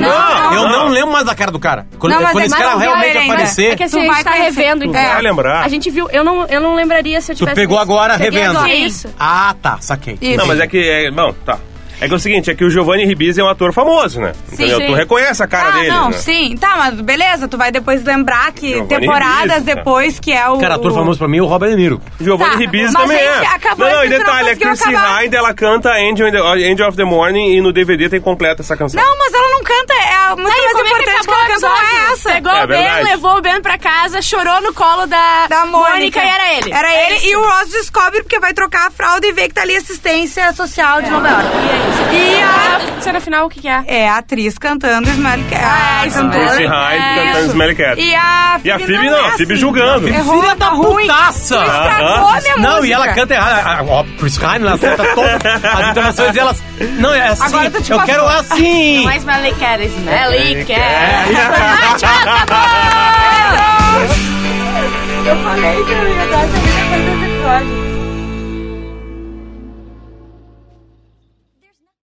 Speaker 4: não.
Speaker 1: Eu
Speaker 4: Não.
Speaker 1: não lembro mais da cara do cara. Quando,
Speaker 3: Não, mas
Speaker 1: quando
Speaker 3: é
Speaker 1: esse
Speaker 3: mais
Speaker 1: cara
Speaker 3: um
Speaker 1: realmente
Speaker 3: violento,
Speaker 1: aparecer...
Speaker 5: É que assim,
Speaker 3: Tu
Speaker 5: a
Speaker 3: vai
Speaker 5: gente tá
Speaker 3: conhecer.
Speaker 5: revendo,
Speaker 3: Tu
Speaker 5: então.
Speaker 4: vai lembrar.
Speaker 5: A gente viu, eu não, eu não lembraria se eu
Speaker 1: Tu
Speaker 5: tivesse.
Speaker 1: pegou
Speaker 5: visto.
Speaker 1: agora
Speaker 5: Peguei
Speaker 1: revendo.
Speaker 5: agora,
Speaker 3: Sim.
Speaker 5: isso.
Speaker 1: Ah, tá, saquei.
Speaker 3: é Isso.
Speaker 4: Não, mas é que. É, bom, tá. É que é o seguinte, é que o Giovanni Ribisi é um ator famoso, né? Entendeu?
Speaker 5: sim.
Speaker 4: Tu reconhece a cara
Speaker 3: ah,
Speaker 4: dele.
Speaker 3: não,
Speaker 4: né?
Speaker 3: sim. Tá, mas beleza, tu vai depois lembrar que
Speaker 4: Giovanni
Speaker 3: temporadas
Speaker 4: Ribisi, tá.
Speaker 3: depois que é o.
Speaker 1: Cara, ator
Speaker 3: o-
Speaker 1: famoso pra mim é o Robert De Niro.
Speaker 4: Giovanni
Speaker 3: Tá,
Speaker 4: Ribisi
Speaker 3: mas,
Speaker 4: também
Speaker 3: gente,
Speaker 4: é.
Speaker 3: acabou
Speaker 4: não, não, e
Speaker 3: esse troço,
Speaker 4: detalhe, a
Speaker 3: conseguiu
Speaker 4: Chrissy
Speaker 3: acabar.
Speaker 4: Hynde, ela canta Angel, in the- Angel of the Morning e no DVD tem completa essa canção.
Speaker 3: Não, mas ela não canta. É a música
Speaker 5: Aí,
Speaker 3: mais
Speaker 5: como é que
Speaker 3: importante que,
Speaker 5: acabou
Speaker 3: ela
Speaker 5: o
Speaker 3: canta não é
Speaker 5: episódio?
Speaker 3: essa.
Speaker 5: Pegou
Speaker 4: É
Speaker 5: o Ben,
Speaker 4: verdade.
Speaker 5: levou o Ben pra casa, chorou no colo da,
Speaker 3: Da Mônica.
Speaker 5: e era ele.
Speaker 3: Era
Speaker 5: É
Speaker 3: ele.
Speaker 5: isso.
Speaker 3: E o Ross descobre porque vai trocar a fralda e vê que tá ali assistência social de Nova York.
Speaker 5: E a cena final, o que, que é?
Speaker 3: É a atriz cantando Smell Cat. Ah,
Speaker 5: isso
Speaker 4: Chrissy
Speaker 5: mesmo.
Speaker 3: cantando.
Speaker 4: Hynde
Speaker 5: é
Speaker 4: cantando
Speaker 5: isso.
Speaker 4: Smelly Cat.
Speaker 3: E a
Speaker 4: E a
Speaker 3: Phoebe
Speaker 4: Phoebe não,
Speaker 3: é
Speaker 4: a Phoebe
Speaker 3: assim.
Speaker 4: julgando.
Speaker 3: Errou,
Speaker 1: Filha da
Speaker 3: tá ruim.
Speaker 1: putaça!
Speaker 3: Estragou a minha
Speaker 1: Não,
Speaker 3: música.
Speaker 1: e ela canta errado. Ó, Chris Hine, ela canta todas as entonações e elas... Não, é assim.
Speaker 3: Agora tu te
Speaker 1: eu
Speaker 3: passou.
Speaker 1: quero assim.
Speaker 5: Não é Smelly Cat, é
Speaker 3: né?
Speaker 5: Smelly
Speaker 4: É,
Speaker 5: Cat.
Speaker 3: Eu falei que eu ia dar essa música pra esse episódio.